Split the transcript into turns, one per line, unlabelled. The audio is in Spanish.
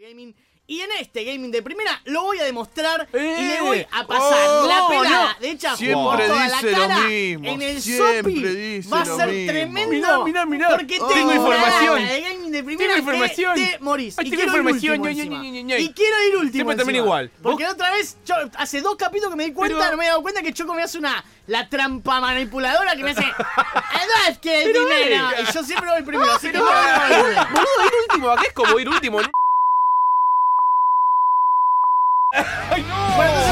gaming. Y en este gaming de primera lo voy a demostrar y
¡Eh!
le voy a pasar
¡Oh!
la pelada
No,
de Chapo
siempre
por toda la
dice lo
cara
mismo,
en el
siempre
Sopi.
dice
Va a
lo
ser
mismo.
tremendo.
Mirá, mirá, mirá.
Porque
Oh.
tengo
Tengo
información.
información.
de gaming de primera
Tengo
que
información.
te morís.
Ay,
y
tengo
quiero
información,
ir último
ñe, ñe,
encima.
ñe, ñe, ñe.
Y quiero ir último
Siempre termina
encima.
igual.
Porque
Vos-
la otra vez, yo hace dos capítulos que me di cuenta,
Pero-
no me he dado cuenta que Choco me hace una la trampa manipuladora que me hace. "Ah, no, es que el
Pero, eh.
dinero. Y yo siempre voy primero, así que
Pero,
no me voy.
Boludo, ir último, acá es como ir último.
Bueno, entonces